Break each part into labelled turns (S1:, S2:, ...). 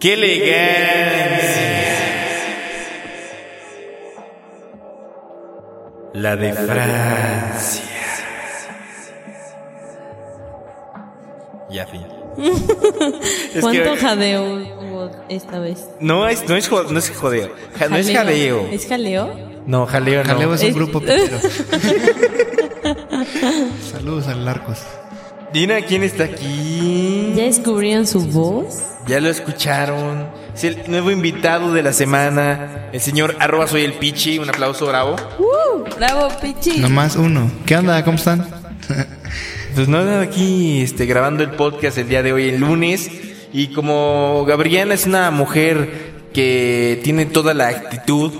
S1: ¡Qué elegancia! La de Francia. Ya, fin. Es
S2: ¿Cuánto
S1: que-
S2: jadeo hubo esta vez?
S1: No es, no es, jo- no es jodeo. Ja- No es
S2: Jaleo.
S1: jaleo.
S2: ¿Es jaleo?
S1: No, jaleo no.
S3: Jaleo es un
S2: Es-
S3: grupo pitero. Saludos al Larcos.
S1: Dina, ¿quién está aquí?
S2: ¿Ya descubrieron su voz?
S1: Ya lo escucharon. Es el nuevo invitado de la semana. El señor arroba soy el pichi. Un aplauso bravo.
S2: ¡Uh! ¡Bravo, Pichi!
S3: Nomás uno. ¿Qué onda? ¿Cómo están?
S1: Pues nada, aquí este, grabando el podcast el día de hoy, el lunes. Y como Gabriela es una mujer que tiene toda la actitud,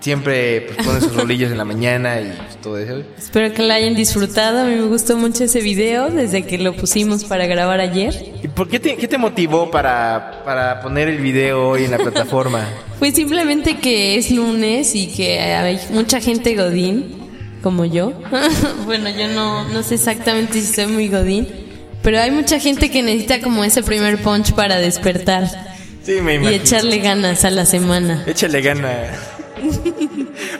S1: siempre pues, pone sus rolillos en la mañana y pues, todo eso.
S2: Espero que la hayan disfrutado. A mí me gustó mucho ese video desde que lo pusimos para grabar ayer.
S1: ¿Y por qué te, qué te motivó para, para poner el video hoy en la plataforma?
S2: Pues simplemente que es lunes y que hay mucha gente godín, como yo. bueno, yo no, no sé exactamente si soy muy godín, pero hay mucha gente que necesita como ese primer punch para despertar
S1: Sí, me
S2: y
S1: imagino.
S2: echarle ganas a la semana.
S1: Échale gana.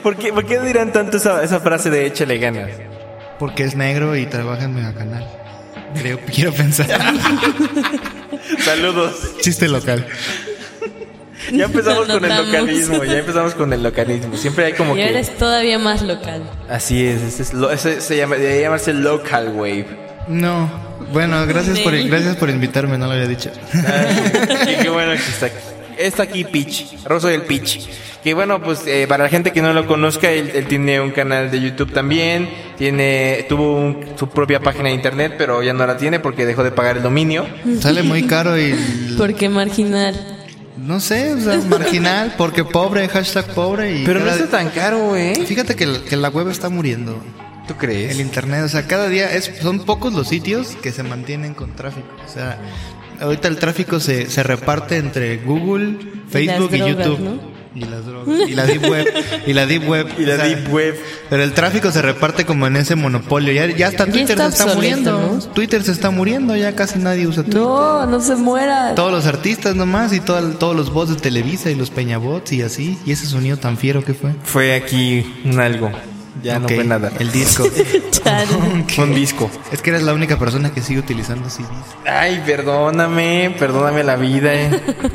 S1: ¿Por qué, por qué dirán tanto esa, esa frase de échale ganas?
S3: Porque es negro y trabaja en Megacanal. Creo, quiero pensar.
S1: Saludos.
S3: Chiste local.
S1: Ya empezamos
S2: Lo
S1: con el
S2: notamos.
S1: localismo, ya empezamos con el localismo. Siempre hay como
S2: Y
S1: que...
S2: ahora es todavía más local.
S1: Así es, ese es lo- ese se llama, debería llamarse Local Wave.
S3: No. Bueno, gracias por, gracias por invitarme, no lo había dicho.
S1: Y qué bueno que está aquí. Está aquí Peach, Rosso del Peach. Que bueno, pues eh, para la gente que no lo conozca, él, él tiene un canal de YouTube también, tiene tuvo un- su propia página de internet, pero ya no la tiene porque dejó de pagar el dominio.
S3: Sale muy caro y...
S2: Porque marginal.
S3: No sé, o sea, marginal, porque pobre, hashtag pobre y...
S1: Pero no
S3: cada-
S1: está tan caro, ¿eh?
S3: Fíjate que, el- que la web está muriendo.
S1: ¿Tú crees?
S3: El internet, o sea, cada día es, son pocos los sitios que se mantienen con tráfico. O sea, ahorita el tráfico se, se reparte entre Google, Facebook y,
S2: drogas,
S3: YouTube.
S2: ¿no?
S3: Y las drogas. Y la Deep Web. Y la Deep Web.
S1: Y
S3: o
S1: la
S3: sea,
S1: Deep Web.
S3: Pero el tráfico se reparte como en ese monopolio. Ya, ya hasta
S2: Ya
S3: Twitter
S2: está
S3: se está
S2: obsoleto,
S3: muriendo. Twitter se está muriendo, ya casi nadie usa Twitter.
S2: No, no se muera.
S3: Todos los artistas nomás y todo- todos los bots de Televisa y los Peñabots y así. Y ese sonido tan fiero que fue.
S1: Fue aquí un algo. Ya no
S3: Ok,
S1: fue nada.
S3: El disco.
S2: Chale.
S3: Ok.
S1: Fue un disco.
S3: Es que eres la única persona que sigue utilizando CDs.
S1: Ay, perdóname, perdóname la vida, eh.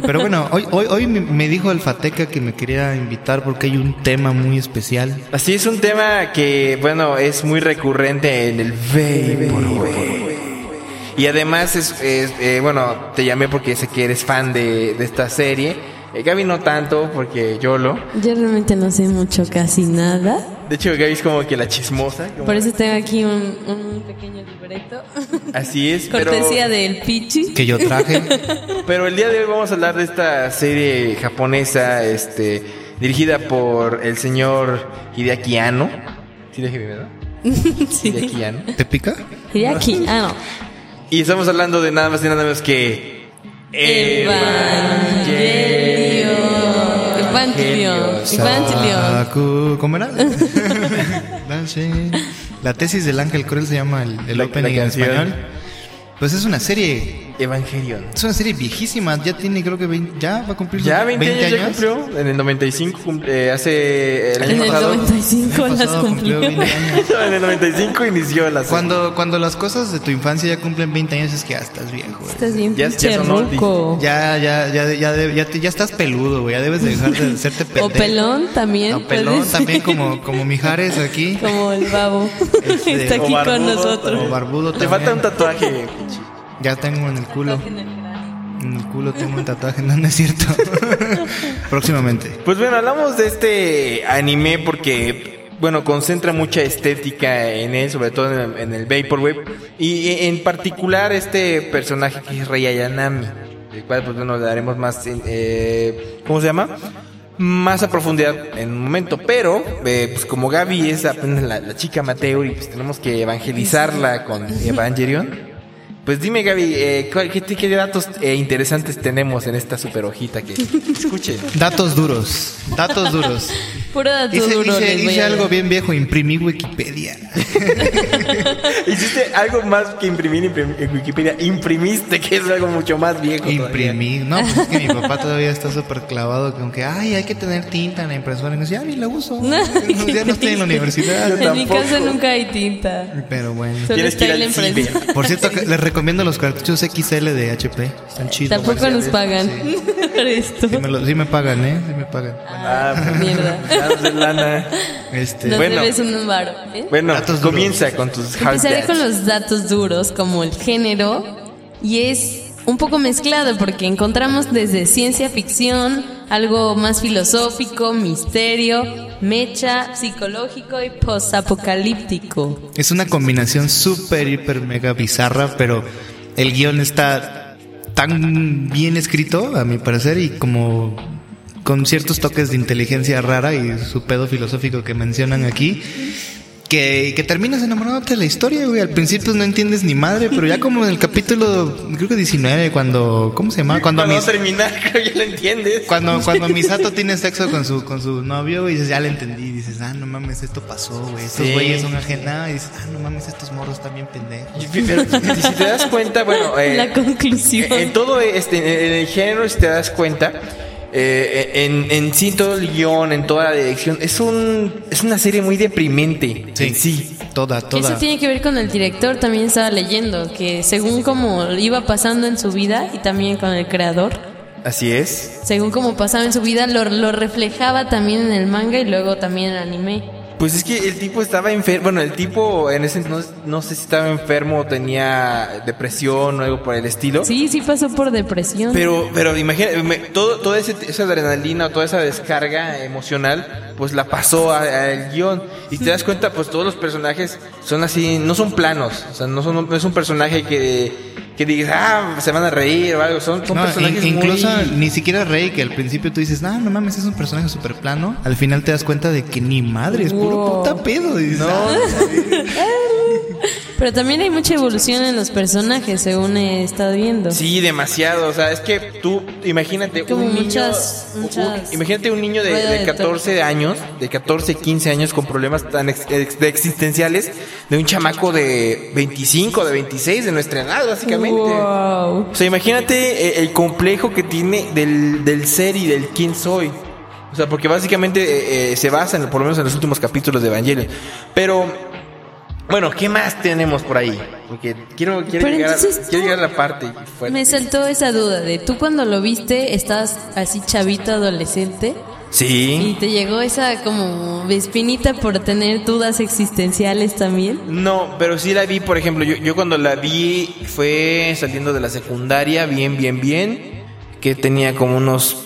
S3: Pero bueno, hoy, hoy, hoy me- me dijo el Fateca que me quería invitar porque hay un tema muy especial.
S1: Así es un tema que, bueno, es muy recurrente en el Vaporwave. Y además, es, es, eh, bueno, te llamé porque sé que eres fan de, de esta serie. Eh, Gaby no tanto, porque yo lo.
S2: Yo realmente no sé mucho, casi nada.
S1: De hecho, Gaby es como que la chismosa. como-
S2: Por eso tengo aquí un, un pequeño libreto.
S1: Así es, pero,
S2: Cortesía del Pichi.
S3: Que yo traje.
S1: pero el día de hoy vamos a hablar de esta serie japonesa este, dirigida por el señor Hideaki Anno. Sí, dije bien, ¿verdad?
S2: sí.
S1: Hideaki Anno.
S3: ¿Te pica?
S2: Y de aquí. Ah, no.
S1: Y estamos hablando de nada más y nada menos que.
S2: Evangelio. Evangelio. Evangelio.
S3: Saku- ¿Cómo era? Dancing. La tesis del Ángel Cruel se llama el, el
S1: La-
S3: opening
S1: la
S3: en
S1: canción.
S3: español. Pues es una serie.
S1: Evangelion.
S3: Es una serie viejísima. Ya tiene, creo que 20, ya va a cumplir
S1: Ya
S3: sus
S1: 20, años, ya cumplió. En el 95 cumple- eh, hace. El
S2: En
S1: año
S2: el
S1: pasado.
S2: 95 las
S3: Pasado cumplió
S2: cumplió.
S3: 20 años.
S1: en el 95 inició la serie.
S3: Cuando, cuando las cosas de tu infancia ya cumplen 20 años es que ya estás viejo. güey.
S2: Estás Este bien,
S1: Ya- ya
S2: pinche
S1: sonó, dice.
S2: ruco.
S3: Ya, ya, ya, ya, de- ya, te- ya estás peludo, güey. Ya debes de dejar de hacerte
S2: O
S3: pendejo.
S2: pelón también.
S3: O pelón
S2: puede ser.
S3: también, como, como Mijares aquí.
S2: Como el babo.
S3: Este,
S2: Está
S1: O
S2: aquí
S1: barbudo
S2: con
S3: O
S2: nosotros.
S3: barbudo
S1: Te
S3: también.
S1: falta un tatuaje. pinche.
S3: Ya tengo en el culo. En el culo tengo un tatuaje. No, no es cierto. Próximamente.
S1: Pues bueno, hablamos de este anime porque bueno, concentra mucha estética en él, sobre todo en el, en el Vaporwave. Y en particular este personaje que es Rey Ayanami, el cual pues bueno, le daremos más, eh, ¿cómo se llama? Más a profundidad en un momento, pero eh, pues como Gaby es apenas la, la chica Mateo y pues tenemos que evangelizarla con Evangelion. Pues dime Gaby, eh, ¿cuál- ¿qué, qué datos eh, interesantes tenemos en esta super hojita que escuchen?
S3: Datos duros. Datos duros.
S2: Puro dato
S3: Hice,
S2: duro.
S3: hice-
S2: les voy
S3: hice
S2: a
S3: algo
S2: dar.
S3: bien viejo, imprimí Wikipedia.
S1: Hiciste algo más que imprimir imprim- en Wikipedia. Imprimiste, que es algo mucho más viejo. todavía.
S3: Imprimí. No, pues es que mi papá todavía está súper clavado con que, ay, hay que tener tinta en la impresora. Y me dice, ya ni la uso.
S2: No, qué
S3: ya no estoy en
S2: triste.
S3: la universidad.
S2: En mi
S1: tampoco.
S2: casa nunca hay tinta.
S3: Pero bueno.
S2: Solo
S1: Tienes
S2: está
S1: que ir
S2: ahí la
S1: al ciber.
S2: empresa.
S3: Por cierto, que les recomiendo los cartuchos XL de HP. Están chidos.
S2: Tampoco nos pagan por esto.
S3: Sí me, lo- sí me pagan, ¿eh? Sí me pagan.
S1: Ah, pues,
S2: Mierda.
S1: dados de lana.
S3: Este,
S2: Nos
S1: bueno.
S2: debes un varo. ¿eh?
S1: Bueno,
S3: Datos duros.
S1: comienza con tus hard
S2: Empezaré con
S1: facts.
S2: los datos duros, como el género, y es un poco mezclado porque encontramos desde ciencia ficción, algo más filosófico, misterio, mecha, psicológico y posapocalíptico.
S3: Es una combinación súper, hiper, mega bizarra, pero el guión está tan bien escrito, a mi parecer, y como con ciertos toques de inteligencia rara y su pedo filosófico que mencionan aquí, que, que terminas enamorándote de la historia, güey. Al principio no entiendes ni madre, pero ya como en el capítulo, creo que 19, cuando, ¿cómo se llama? Cuando
S1: Cuando
S3: mis,
S1: vas a terminar, creo que ya lo entiendes.
S3: cuando, cuando Misato tiene sexo con su, con su novio, güey, dices, ya le entendí. Dices, ah, no mames, esto pasó, güey. Estos
S1: Sí.
S3: güeyes son ajenados. Y dices, ah, no mames, estos morros también pendejos.
S1: Pero, si te das cuenta, bueno... eh,
S2: La conclusión.
S1: En todo este, en el género, si te das cuenta, eh, en, en sí todo el guión, en toda la dirección, es un es una serie muy deprimente. en sí.
S3: Toda,
S2: Que
S3: toda.
S2: Eso tiene que ver con el director, también estaba leyendo, que según como iba pasando en su vida y también con el creador,
S1: Así es.
S2: según como pasaba en su vida, lo, lo reflejaba también en el manga y luego también en el anime.
S1: Pues es que el tipo estaba enfermo, bueno, el tipo en ese entonces no sé si estaba enfermo o tenía depresión o algo por el estilo.
S2: Sí, sí pasó por depresión.
S1: Pero, pero imagina, me- todo, toda ese- esa adrenalina o toda esa descarga emocional, pues la pasó a- al guión. Y te das cuenta, pues todos los personajes son así, no son planos. O sea, no, son, no es un personaje que, que digas, ah, se van a reír o algo. Son, son
S3: No,
S1: personajes
S3: in- incluso
S1: muy...
S3: ni siquiera Rey, que al principio tú dices, "Ah, no, no mames, es un personaje súper plano. Al final te das cuenta de que ni madre, es puro
S2: Wow.
S3: puta pedo. Y dices, "Ah".
S2: Pero también hay mucha evolución en los personajes, según he estado viendo.
S1: Sí, demasiado. O sea, es que tú, imagínate
S2: Como
S1: un niño...
S2: muchas-
S1: un-
S2: muchas-
S1: imagínate un niño de,
S2: rueda
S1: de
S2: de
S1: 14 años, de 14, 15 años con problemas tan ex- ex- de existenciales, de un chamaco de 25, de 26, de nuestra edad, básicamente.
S2: Wow.
S1: O sea, imagínate eh, el complejo que tiene del, del ser y del quién soy. O sea, porque básicamente eh, eh, se basa, en, por lo menos en los últimos capítulos de Evangelio. Pero, bueno, ¿qué más tenemos por ahí? Porque quiero, quiero,
S2: Pero
S1: llegar, a-
S2: entonces
S1: quiero
S2: tú-
S1: llegar a la parte fuerte.
S2: Me saltó esa duda de tú cuando lo viste estabas así chavito adolescente y
S1: Sí.
S2: te llegó esa como espinita por tener dudas existenciales también.
S1: No, pero sí la vi, por ejemplo, yo, yo cuando la vi fue saliendo de la secundaria, bien, bien, bien, que tenía como unos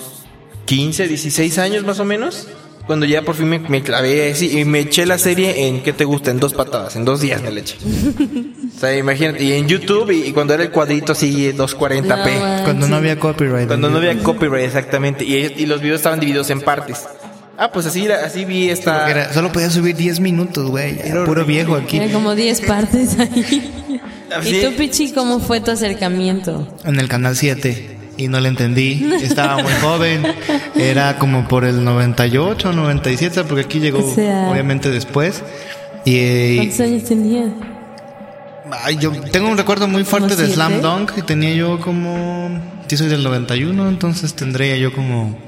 S1: 15, 16 años más o menos, cuando ya por fin me, me clavé así y me eché la serie en, ¿qué te gusta? En dos patadas, en dos días me la eché. o sea, imagínate, y en YouTube y, y cuando era el cuadrito así, 240p.
S2: No, man.
S3: Cuando no había copyright.
S1: Cuando no había copyright, exactamente, y, y los videos estaban divididos en partes. Ah, pues así, la- así vi esta...
S3: Era- solo podía subir 10 minutos, güey. Era puro viejo aquí.
S2: Era como 10 partes ahí.
S3: Ah,
S1: Así-
S2: ¿Y tú, Pichi, cómo fue tu acercamiento?
S3: en el canal 7 y no le entendí. Estaba muy joven. Era como por el 98, 97, porque aquí llegó
S2: O sea-
S3: obviamente después. Y, eh,
S2: ¿Cuántos años tenías?
S3: ay, yo tengo un recuerdo muy fuerte
S2: ¿Como
S3: de
S2: siete?
S3: Slam Dunk y tenía yo como yo soy del 91, entonces tendría yo como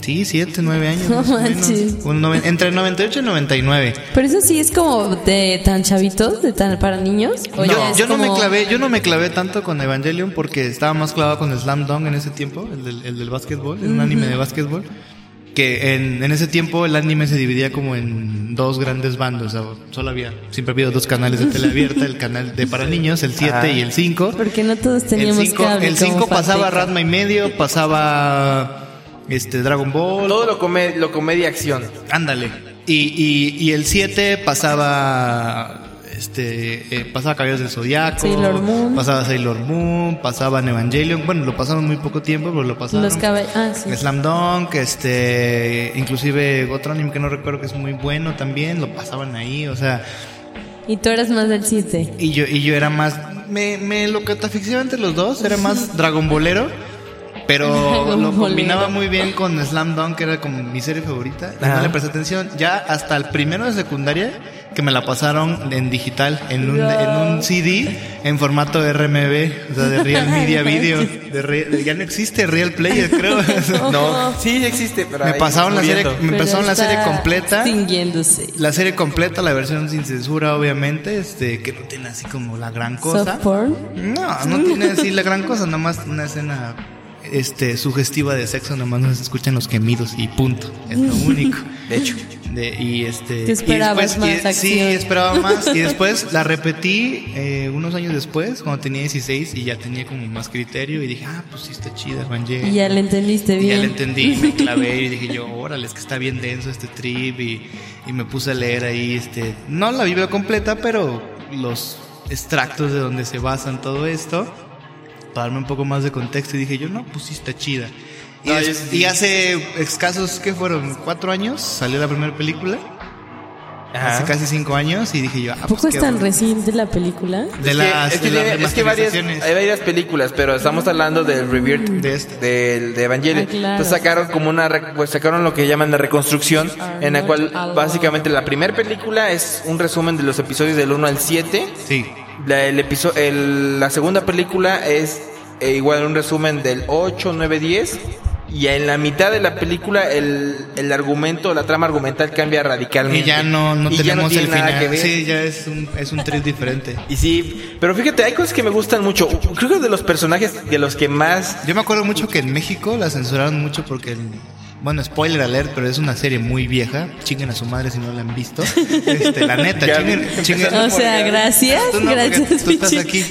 S3: sí, 7, 9 años.
S2: No
S3: más o menos.
S2: manches.
S3: Un noven- entre el 98 y el 99.
S2: Pero eso sí es como de tan chavitos, de tan para niños. ¿O ya
S3: No,
S2: es
S3: yo no me
S2: como-
S3: clavé, yo no me clavé tanto con Evangelion porque estaba más clavado con Slam Dunk en ese tiempo, el del, el del básquetbol, el anime de básquetbol. Que en, en ese tiempo el anime se dividía como en dos grandes bandos. o sea, solo había, siempre había dos canales de tele abierta, el canal de para niños, el 7 y el 5.
S2: Porque no todos
S3: El
S2: teníamos
S3: 5
S2: cable.
S3: el
S2: como
S3: cinco pasaba
S2: Pateca.
S3: Ratma y medio, pasaba este Dragon Ball.
S1: Todo lo, come- lo comedia acción.
S3: Ándale. Y, y- y el 7 pasaba. Este, eh, pasaba Caballeros del Zodiaco,
S2: Sailor Moon.
S3: pasaba Sailor Moon, pasaban Evangelion. Bueno, lo pasaron muy poco tiempo, pero lo pasaron.
S2: Los caballos. Ah, sí.
S3: Slam Dunk, este, inclusive otro anime que no recuerdo que es muy bueno también, lo pasaban ahí, o sea,
S2: Y tú eras más del 7.
S3: y yo, y yo era más, me, me lo catafixiaba entre los dos, era más Dragon Bolero, pero
S2: Dragon
S3: lo combinaba
S2: Bolero.
S3: muy bien con Slam Dunk, que era como mi serie favorita, y
S1: Ajá.
S3: no le presté atención, ya hasta el primero de secundaria, que me la pasaron en digital, en un, en un CD, en formato RMB, o sea, de Real Media Video, de Re- ya no existe Real Player, creo.
S1: No, sí existe, pero
S3: Me
S1: ahí
S3: pasaron la serie,
S1: muriendo.
S3: me pasaron la serie completa.
S2: Extinguiéndose.
S3: La serie completa, la versión sin censura, obviamente, este, que no tiene así como la gran cosa.
S2: Soft porn.
S3: No, no tiene así la gran cosa, nomás una escena este sugestiva de sexo, nomás nos escuchan los gemidos y punto. Es lo único.
S1: De hecho.
S3: De- y este
S2: Te esperabas
S3: y después-
S2: más
S3: y- sí
S2: acción.
S3: esperaba más y después la repetí eh, unos años después cuando tenía 16 y ya tenía como más criterio y dije ah pues sí está chida Evangelion
S2: Y ya le entendiste
S3: y ya
S2: bien.
S3: le entendí, me clavé y dije yo, órale, es que está bien denso este trip y, y me puse a leer ahí, este, no la Biblia completa, pero los extractos de donde se basan todo esto, para darme un poco más de contexto y dije yo, no, pues sí está chida. Y,
S1: No,
S3: des-
S1: yo sí.
S3: y hace escasos, ¿qué fueron? ¿Cuatro años? Salió la primera película, hace
S1: Ajá.
S3: casi cinco años y dije yo, ah,
S2: ¿Poco
S3: pues
S2: es
S3: qué
S2: tan
S3: bueno.
S2: reciente la película?
S3: De
S1: Es que-
S3: las,
S1: es que,
S3: de las
S1: tiene- es que varias,
S3: remasterizaciones.
S1: hay varias películas, pero estamos hablando del Rebirth
S3: De este. esta.
S1: del- de Evangelion.
S2: Ah, claro.
S1: Entonces sacaron como una, re- pues sacaron lo que llaman la reconstrucción, en la cual básicamente la primera película es un resumen de los episodios del 1 al 7.
S3: Sí,
S1: La, el episo- el- la segunda película es eh, igual un resumen del 8, 9, 10. Y en la mitad de la película el, el argumento, la trama argumental cambia radicalmente.
S3: y ya no, no
S1: Y ya
S3: tenemos
S1: tiene
S3: el
S1: nada que
S3: final.
S1: ver.
S3: Sí, ya es un, es un trip diferente.
S1: Y sí, pero fíjate, hay cosas que me gustan mucho. Creo que de los personajes de los que más...
S3: Yo me acuerdo mucho que en México la censuraron mucho porque, el- bueno, spoiler alert, pero es una serie muy vieja. Chinguen a su madre si no la han visto. Este, la neta,
S1: Ya,
S3: chinguen,
S1: empezando
S3: chinguen-
S2: O sea, gracias.
S3: Tú no, porque
S2: gracias,
S3: tú estás
S2: pinche-
S3: aquí.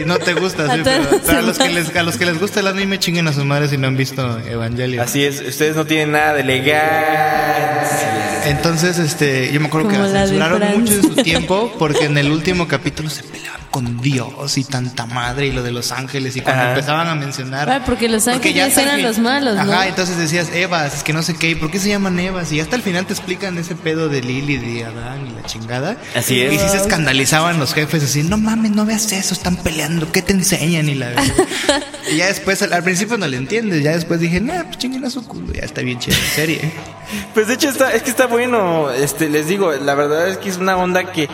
S3: Y no te gusta, sí,
S2: A todas
S3: pero, pero a, los
S2: las
S3: que les, a los que les gusta el anime, chinguen a su madre si no han visto Evangelion.
S1: Así es, ustedes no tienen nada de elegancia.
S3: Entonces, este, yo me acuerdo que
S2: Como
S3: la
S2: la de
S3: censuraron
S2: Francia.
S3: mucho en su tiempo porque en el último capítulo se peleaban con Dios y tanta madre y lo de los ángeles y cuando
S1: Ajá.
S3: empezaban a mencionar
S2: Ah, porque los
S3: ya
S2: ángeles
S3: hasta el
S2: eran
S3: fin-
S2: los malos, ¿no?
S3: Ajá, entonces decías Evas, que no sé qué, ¿y por qué se llaman Evas? Y hasta el final te explican ese pedo de Lili, de Adán y la chingada.
S1: Así es.
S3: Y sí se escandalizaban los jefes así, no mames, no veas eso, están peleando, ¿qué te enseñan? Y la Y ya después, al, al principio no le entiendes, ya después dije, nah, pues chinguen a su culo, ya está bien chida la serie.
S1: Pues de hecho está, es que está bueno, este, les digo, la verdad es que es una onda que,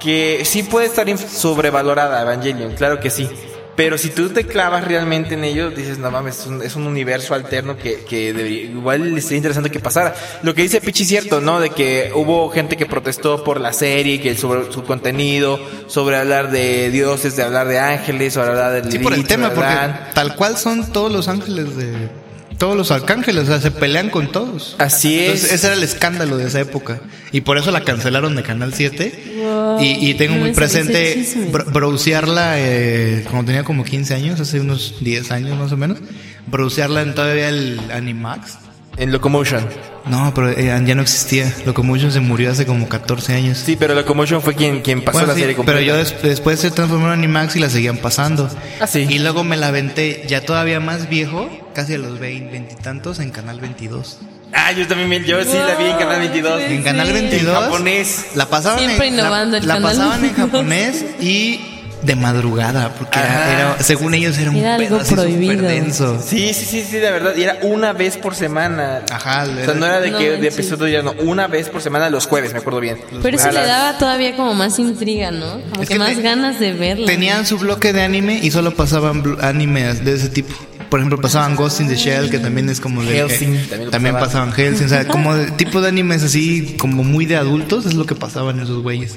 S1: que sí puede estar inf- sobrevalorada, Evangelion, claro que sí. Pero si tú te clavas realmente en ello, dices, no mames, es un, es un universo alterno que, que debería- igual sería interesante que pasara. Lo que dice Pichi es cierto, ¿no? De que hubo gente que protestó por la serie, que sobre su contenido, sobre hablar de dioses, de hablar de ángeles, sobre hablar de
S3: Sí, por el
S1: Lilith,
S3: tema,
S1: sobre
S3: porque
S1: Adán.
S3: tal cual son todos los ángeles de. Todos los arcángeles, o sea, se pelean con todos.
S1: Así es.
S3: Entonces, ese era el escándalo de esa época. Y por eso la cancelaron de Canal 7.
S2: Wow.
S3: y, y tengo
S2: No
S3: muy
S2: me sabía ese
S3: presente
S2: chisme.
S3: bro- browsearla eh, cuando tenía como 15 años, hace unos 10 años más o menos. Browsearla en todavía el Animax.
S1: En Locomotion.
S3: No, pero eh, ya no existía. Locomotion se murió hace como 14 años.
S1: Sí, pero Locomotion fue quien, quien pasó
S3: Bueno,
S1: la
S3: sí,
S1: serie completa.
S3: pero yo des- después se transformó en Animax y la seguían pasando.
S1: Ah, sí.
S3: Y luego me la aventé ya todavía más viejo, casi a los 20, 20 y tantos, en Canal 22.
S1: Ah, yo también, me- yo sí la vi en Canal 22.
S2: Sí.
S3: En Canal
S2: En
S3: 22.
S1: japonés.
S3: La pasaban
S2: Siempre
S3: en,
S2: innovando
S3: la,
S2: el
S3: la
S2: Canal
S3: pasaban en
S2: 22.
S3: japonés y de madrugada, porque era-
S1: Ajá.
S3: era- según ellos era un
S2: Era
S3: pedo
S2: algo
S3: así súper
S2: prohibido.
S3: denso.
S1: Sí, sí, sí, sí, la verdad. Y era una vez por semana.
S3: Ajá,
S1: O sea, no era de
S2: No
S1: que de
S2: manches.
S1: episodio ya no. Una vez por semana, los jueves, me acuerdo bien.
S2: Pero eso
S1: A
S2: le
S1: las-
S2: daba todavía como más intriga, ¿no? Como
S3: Es
S2: que,
S3: que
S2: más
S3: te-
S2: ganas de verlo.
S3: Tenían su bloque de anime y solo pasaban bl- animes de ese tipo. Por ejemplo, pasaban Ghost in the Shell, que también es como de.
S1: Hellsing,
S3: eh,
S1: también
S3: también
S1: lo pasaban.
S3: pasaban Hellsing. O sea, como de- tipo de animes así, como muy de adultos, es lo que pasaban esos güeyes.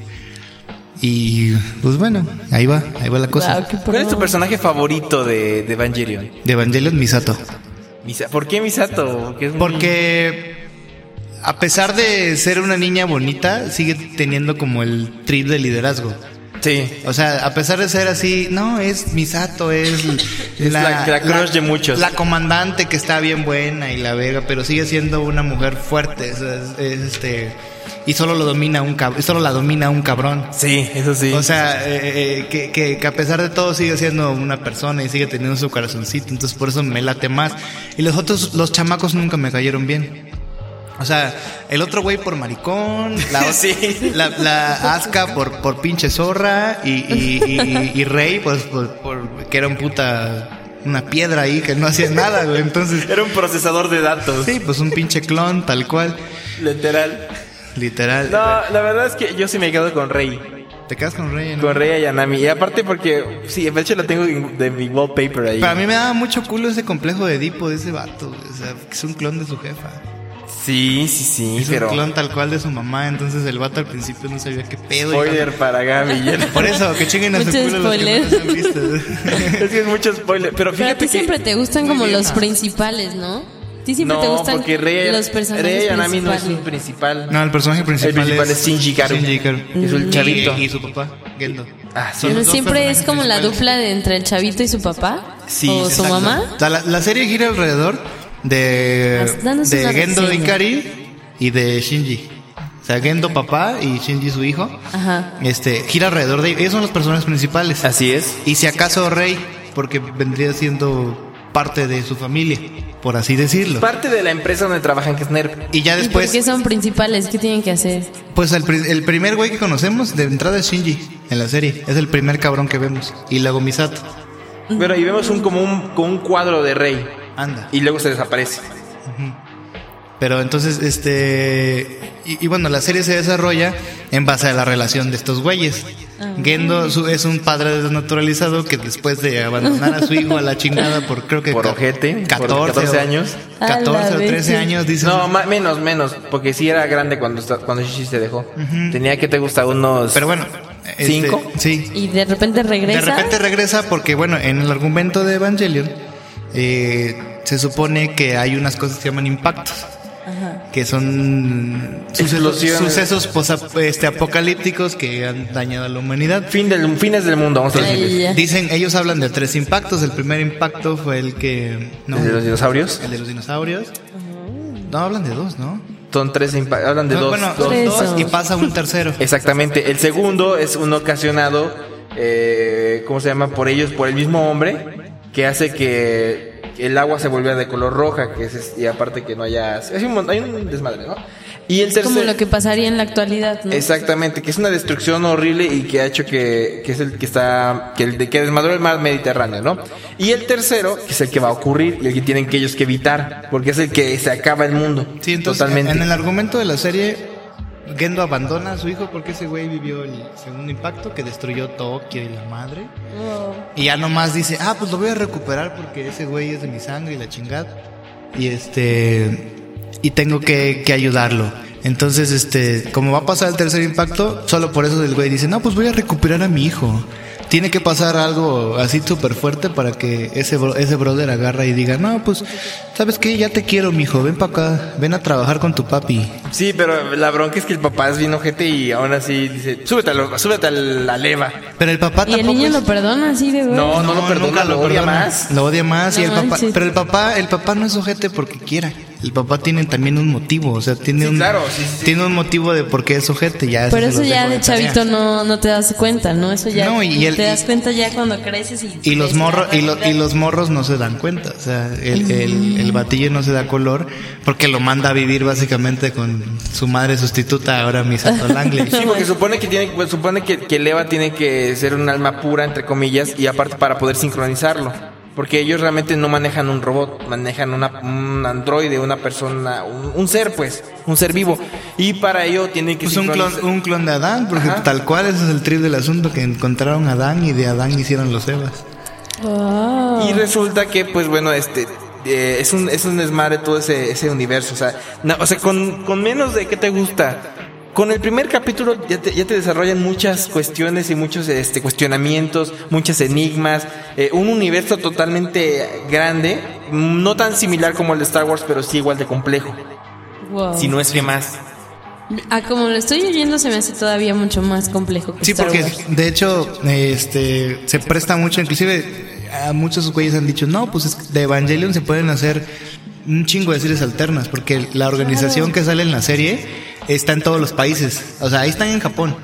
S3: Y pues bueno, ahí va, ahí va la cosa.
S2: Wow, qué
S1: ¿Cuál es tu
S2: pro.
S1: personaje favorito de, de Evangelion?
S3: De Evangelion Misato.
S1: Misa- ¿Por qué Misato? Porque es muy-
S3: Porque. A pesar de ser una niña bonita, sigue teniendo como el trip de liderazgo.
S1: Sí.
S3: O sea, a pesar de ser así, no, es Misato, es,
S1: Es la- la crush de muchos.
S3: La comandante que está bien buena y la verga, pero sigue siendo una mujer fuerte. o sea, es- es este. Y solo lo domina un cab- solo la domina un cabrón.
S1: Sí, eso sí.
S3: O sea, eh, eh, que, que- que a pesar de todo sigue siendo una persona y sigue teniendo su corazoncito, entonces por eso me late más. Y los otros, los chamacos nunca me cayeron bien. O sea, el otro güey por maricón, la, ot-
S1: Sí.
S3: la, la Aska por, por pinche zorra y, y, y- y Rey, pues, por, por- que era un puta, una piedra ahí que no hacía nada, güey. Entonces,
S1: era un procesador de datos.
S3: sí, pues un pinche clon, tal cual,
S1: Literal.
S3: literal.
S1: No, la verdad es que yo sí me quedo con Rey.
S3: Te quedas con Rey, ¿no?
S1: Con Rey Ayanami. Y aparte porque, sí, de hecho la tengo en- de mi wallpaper ahí.
S3: Para mí me daba mucho culo ese complejo de Edipo de ese vato. güey. O sea, que es un clon de su jefa.
S1: Sí, sí, sí,
S3: Es
S1: pero...
S3: un clon tal cual de su mamá. Entonces el vato al principio no sabía qué pedo. y
S1: Spoiler para Gaby. ya no-
S3: cuando- Por eso, que chinguen a su
S2: Mucho
S3: culo los que no
S2: spoiler.
S3: los han visto.
S1: es que es mucho spoiler. Pero
S2: Pero a
S1: fíjate
S2: ti
S1: que...
S2: siempre te gustan como
S3: Muy
S2: los
S3: bien.
S2: principales, ¿no? A ti siempre
S1: no,
S2: te gustan
S1: porque Rey,
S2: los personajes
S1: Rey Ayanami no es un
S2: principales.
S1: principal.
S3: No, el personaje
S1: el
S3: principal,
S1: principal es Shinji Garu.
S3: Shinji Garu.
S1: Es el
S3: Y-
S1: chavito.
S3: Y, su papá, Gendo.
S1: Ah, sí.
S3: Son
S2: Pero
S3: los dos
S2: siempre es
S3: personajes
S2: como la
S3: principales.
S2: dupla de entre el chavito y su papá.
S1: Sí,
S2: o su
S3: Exacto.
S2: mamá.
S3: O sea, la, la serie gira alrededor de,
S2: Danos
S3: de
S2: una
S3: Gendo
S2: reseña.
S3: Ikari y de Shinji. O sea, Gendo papá y Shinji su hijo.
S2: Ajá.
S3: Este, gira alrededor de ellos son los personajes principales.
S1: Así es.
S3: Y si acaso Rey, porque vendría siendo parte de su familia, por así decirlo.
S1: Parte de la empresa donde trabajan, que es NERP.
S3: Y ya
S2: ¿Y por qué
S3: después,
S2: son principales? ¿Qué tienen que hacer?
S3: pues el, pri- el primer güey que conocemos de entrada es Shinji en la serie. Es el primer cabrón que vemos. Y luego Misato.
S1: Bueno, y vemos un como un, como un cuadro de Rey.
S3: Anda.
S1: Y luego se desaparece.
S3: Pero entonces, este. Y, y bueno, la serie se desarrolla en base a la relación de estos güeyes.
S2: Ah,
S3: Gendo su- es un padre desnaturalizado que después de abandonar a su hijo a la chingada por creo que.
S1: Por
S3: ca-
S1: ojete, por
S3: 14
S1: 14 años.
S3: o- 14 o 13 años, dice.
S1: No, ma- menos, menos. Porque sí era grande cuando, esta- cuando Shishi se dejó. Tenía que te gusta unos.
S3: Pero bueno. este,
S1: ¿Cinco?
S3: Sí.
S2: Y de repente
S3: De
S2: regresa.
S3: repente regresa porque, bueno, en el argumento de Evangelion eh, se supone que hay unas cosas que se llaman impactos. Que son sucesos,
S1: Explosiones.
S3: sucesos posa- este, apocalípticos que han dañado a la humanidad.
S1: Fin del, fines del mundo, vamos a
S2: Ay,
S1: decirles.
S2: ya.
S3: Dicen, ellos hablan de tres impactos. El primer impacto fue el que... ¿no?
S1: ¿El de los dinosaurios?
S3: El de los dinosaurios. No, hablan de dos, ¿no?
S1: Son tres impa- Hablan de
S3: No,
S1: dos.
S3: bueno,
S1: dos.
S3: son
S2: Tres.
S3: dos y pasa un tercero.
S1: Exactamente. El segundo es uno ocasionado. eh, ¿Cómo se llama? Por ellos, por el mismo hombre. Que hace que el agua se vuelva de color roja. que es- es, Y aparte que no haya. es un mon- hay un desmadre, ¿no? Y el
S2: Es como
S1: tercer-
S2: lo que pasaría en la actualidad, ¿no?
S1: Exactamente, que es una destrucción horrible y que ha hecho que, que es el que está, que, el, de- que desmadró el mar Mediterráneo, ¿no? Y el tercero, que es el que va a ocurrir y el que tienen que ellos que evitar, porque es el que se acaba el mundo.
S3: Sí, entonces
S1: totalmente.
S3: en el argumento de la serie, Gendo abandona a su hijo porque ese güey vivió el segundo impacto que destruyó Tokio y la madre. Y ya nomás dice, ah, pues lo voy a recuperar porque ese güey es de mi sangre y la chingada. Y este, y tengo que, que ayudarlo. Entonces, este, como va a pasar el tercer impacto, solo por eso el güey dice, no, pues voy a recuperar a mi hijo. Tiene que pasar algo así súper fuerte para que ese, bro- ese brother agarra y diga, no, pues, ¿sabes qué? Ya te quiero, mijo, ven para acá, ven a trabajar con tu papi.
S1: Sí, pero la bronca es que el papá es bien ojete y aún así dice, súbete a, lo- súbete a la leva.
S3: Pero el papá
S2: Y el
S3: tampoco
S2: niño
S3: es-
S2: lo perdona así de güey.
S1: No, no, lo perdona,
S3: nunca
S1: lo odia más.
S3: Lo odia más y
S2: No
S3: el papá,
S2: manches.
S3: pero el papá, el papá no es ojete porque quiera. El papá tiene también un motivo, o sea, tiene
S1: Sí,
S3: un
S1: claro, sí, sí, sí.
S3: tiene un motivo de por qué es ojete, ya.
S2: Pero
S3: se
S2: eso
S3: los
S2: ya
S3: dejo
S2: de
S3: tarea.
S2: chavito no, no te das cuenta, ¿no? Eso ya
S3: No, y el-
S2: te das cuenta ya cuando creces y...
S3: y los
S2: ves la
S3: morros y, lo- y
S2: realidad.
S3: los morros no se dan cuenta, o sea, el, el, el batillo no se da color porque lo manda a vivir básicamente con su madre sustituta ahora Misato Langley.
S1: Sí, porque supone que tiene, pues, supone que, que el Eva tiene que ser un alma pura, entre comillas, y aparte para poder sincronizarlo. Porque ellos realmente no manejan un robot, manejan una, un androide, una persona, un, un ser, pues, un ser vivo. Y para ello tienen que
S3: Pues un clon,
S1: sincronizar-
S3: un clon de Adán, porque
S1: Ajá.
S3: tal cual ese es el trip del asunto que encontraron a Adán y de Adán hicieron los Evas.
S2: Wow.
S3: Oh.
S1: Y resulta que, pues bueno, este eh, es un es un desmadre todo ese, ese universo. O sea, na- o sea con, con menos de qué te gusta. Con el primer capítulo ya te, ya te desarrollan muchas cuestiones y muchos este, cuestionamientos, muchas enigmas, eh, un universo totalmente grande, no tan similar como el de Star Wars, pero sí igual de complejo,
S2: Wow.
S1: si no es que más.
S2: Ah, como lo estoy oyendo, se me hace todavía mucho más complejo que
S3: Sí,
S2: Star
S3: porque
S2: Wars.
S3: de hecho, este, se presta mucho, inclusive a muchos güeyes han dicho, no, pues es que de Evangelion se pueden hacer un chingo de series alternas, porque la organización que sale en la serie está en todos los países, o sea, ahí están en Japón,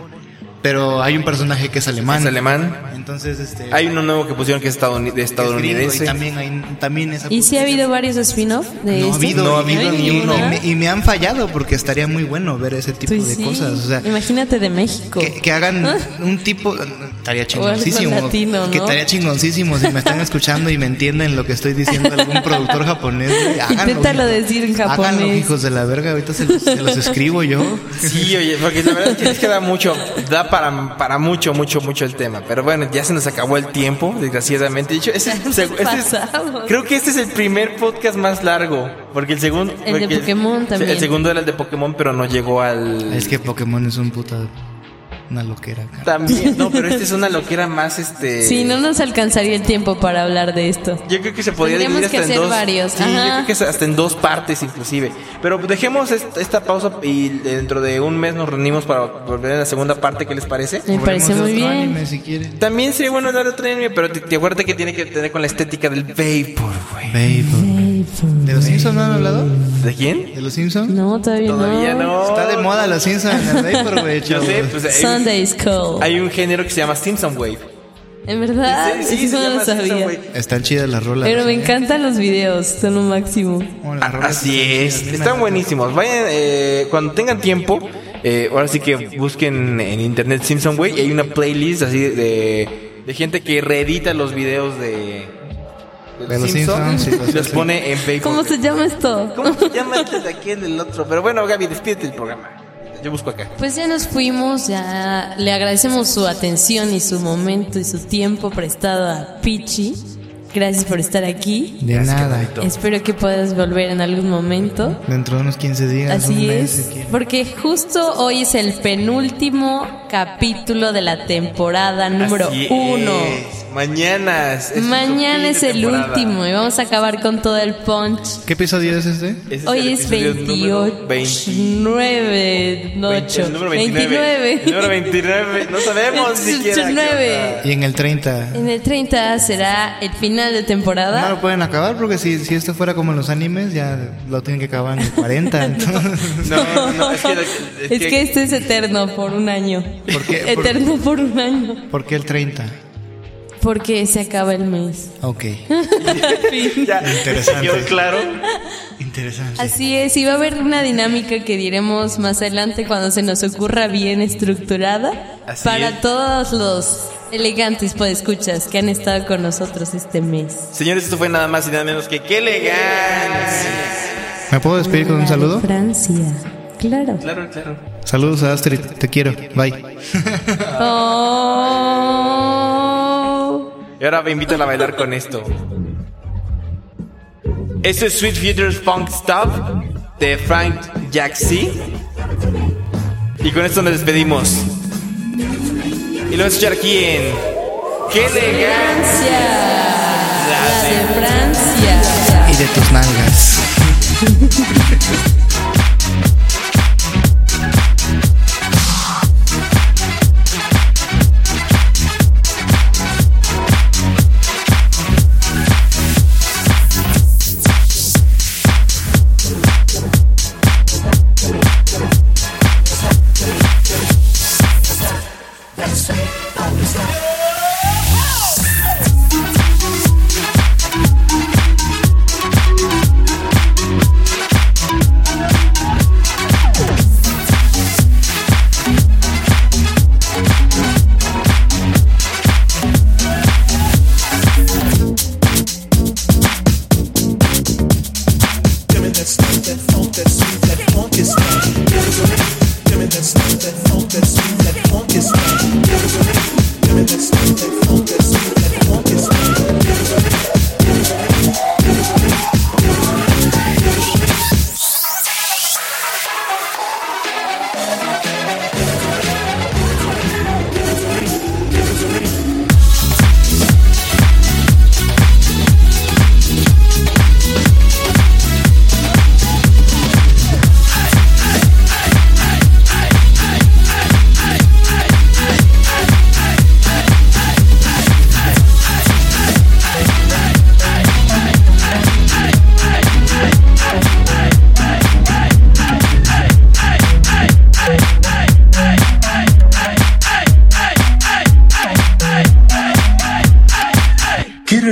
S3: pero hay un personaje que es alemán,
S1: Es alemán.
S3: entonces este,
S1: Hay uno nuevo que pusieron que es estadouni- de
S3: que es gringo,
S1: estadounidense.
S3: y también hay, también esa
S2: ¿Y si ha habido varios spin-off de
S3: no ha
S2: este?
S3: habido,
S1: No ha
S3: y-
S1: habido
S3: y-
S1: ni
S3: y
S1: uno.
S3: me- y me han fallado porque estaría muy bueno ver ese tipo
S2: Pues
S3: de
S2: sí.
S3: cosas, o sea,
S2: Imagínate de México.
S3: Que, que hagan un tipo. Estaría chingoncísimo.
S2: algo latino, ¿no?
S3: Que estaría chingoncísimo si me están escuchando y me entienden lo que estoy diciendo algún productor japonés. güey, Háganlo.
S2: Inténtalo
S3: hijo-
S2: decir en
S3: Háganlo,
S2: japonés.
S3: hijos de la verga. Ahorita se los, se los escribo yo.
S1: Sí, oye, porque la verdad es que les queda mucho, da para, para mucho, mucho, mucho el tema. Pero bueno, ya se nos acabó el tiempo, desgraciadamente. De hecho, ese- ese- este es-
S2: Pasamos.
S1: creo que este es el primer podcast más largo, porque el segundo...
S2: El de Pokémon también.
S1: El segundo era el de Pokémon, pero no llegó al...
S3: Es que Pokémon es un puta. Una loquera, cara.
S1: También, no, pero este es una loquera más, este...
S2: Sí, no nos alcanzaría el tiempo para hablar de esto.
S1: Yo creo que se podría
S2: Tendríamos
S1: dividir hasta en
S2: que hacer
S1: dos.
S2: varios,
S1: Sí,
S2: ajá.
S1: yo creo que es hasta en dos partes inclusive. Pero dejemos est- esta pausa y dentro de un mes nos reunimos para volver a la segunda parte, ¿qué les parece?
S2: Me parece
S3: Hablemos de
S2: muy
S3: otro
S2: bien.
S3: anime, si quieren.
S1: También sería bueno hablar de otro anime, pero te, te acuérdate que tiene que tener con la estética del vapor, güey.
S3: Babe. ¿De los Simpsons no han hablado?
S1: ¿De quién?
S3: ¿De los Simpsons?
S2: No, todavía,
S1: Todavía no.
S3: Está de moda los Simpsons. el Vapor, güey,
S1: Yo
S3: chavos.
S1: sé, pues hay, un-
S2: Sunday's Call.
S1: hay un género que se llama Simpson Wave.
S2: En verdad,
S1: Sí, sí,
S2: Ah,
S1: se
S2: eso no lo
S1: llama Simpson
S2: sabía.
S1: Wave.
S3: Están chidas las rolas.
S2: Pero me
S3: ¿eh?
S2: encantan los videos, son lo máximo.
S3: Bueno, las rolas
S1: Así es,
S3: están chidas, a mí me
S1: están
S3: encantan.
S1: buenísimos. Vayan, eh, cuando tengan tiempo, eh, ahora sí que busquen en internet Simpson Way y hay una playlist así de, de gente que reedita los videos de,
S3: De los Simpsons, sí,
S1: y
S3: sí,
S1: los
S3: sí.
S1: pone en Facebook.
S2: ¿Cómo se llama esto?
S1: ¿Cómo se llama este de aquí el del otro? Pero bueno, Gaby, despídete del programa. Yo busco acá.
S2: Pues ya nos fuimos, ya le agradecemos su atención y su momento y su tiempo prestado a Pichi. Gracias por estar aquí.
S3: De nada.
S2: Espero que puedas volver en algún momento.
S3: Dentro de unos 15 días. un
S2: Así
S3: mes,
S2: es,
S3: si quieren.
S2: porque justo hoy es el penúltimo capítulo de la temporada número
S1: Así
S2: uno.
S1: es. Mañana. es- es su fin
S2: Mañana
S1: de
S2: es el
S1: temporada.
S2: último eh. y vamos a acer con todo el punch.
S3: ¿Qué episodio es este?
S1: Ese el
S2: Hoy es
S1: episodio número
S2: 28, 9, no,
S1: 20,
S2: 8,
S1: el número 29.
S2: 29.
S1: El número 29. No sabemos ni siquiera. qué
S2: 29.
S1: onda.
S3: Y en el 30.
S2: En el 30 será el final de
S3: No
S2: temporada.
S3: lo pueden acabar porque si, si esto fuera como en los animes, ya lo tienen que acabar en el 40. entonces.
S1: No, no, no, es que, es
S2: Es que este es eterno por un año.
S3: ¿Por qué? ¿Por-
S2: Eterno por un año.
S3: ¿Por qué el 30?
S2: Porque se acaba el mes.
S3: Ok.
S1: ya,
S3: Interesante.
S1: quedó claro.
S3: Interesante.
S2: Así es, y va a haber una dinámica que diremos más adelante cuando se nos ocurra bien estructurada
S1: Así
S2: para
S1: es.
S2: todos los elegantes podescuchas que han estado con nosotros este mes.
S1: Señores, esto fue nada más y nada menos que qué elegancia.
S3: ¿Me puedo despedir con un saludo?
S2: Francia, claro.
S1: Claro, claro.
S3: Saludos a Astrid, te quiero. Bye.
S2: Oh.
S1: Y ahora me invitan a bailar con esto. Esto es Sweet Futures Funk Stuff de Frank Jaxi. Y con esto nos despedimos. Y lo voy a escuchar aquí en ¡Qué elegancia!
S2: Francia, la de Francia.
S3: Y de tus nalgas.
S4: Thank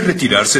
S5: recuperarse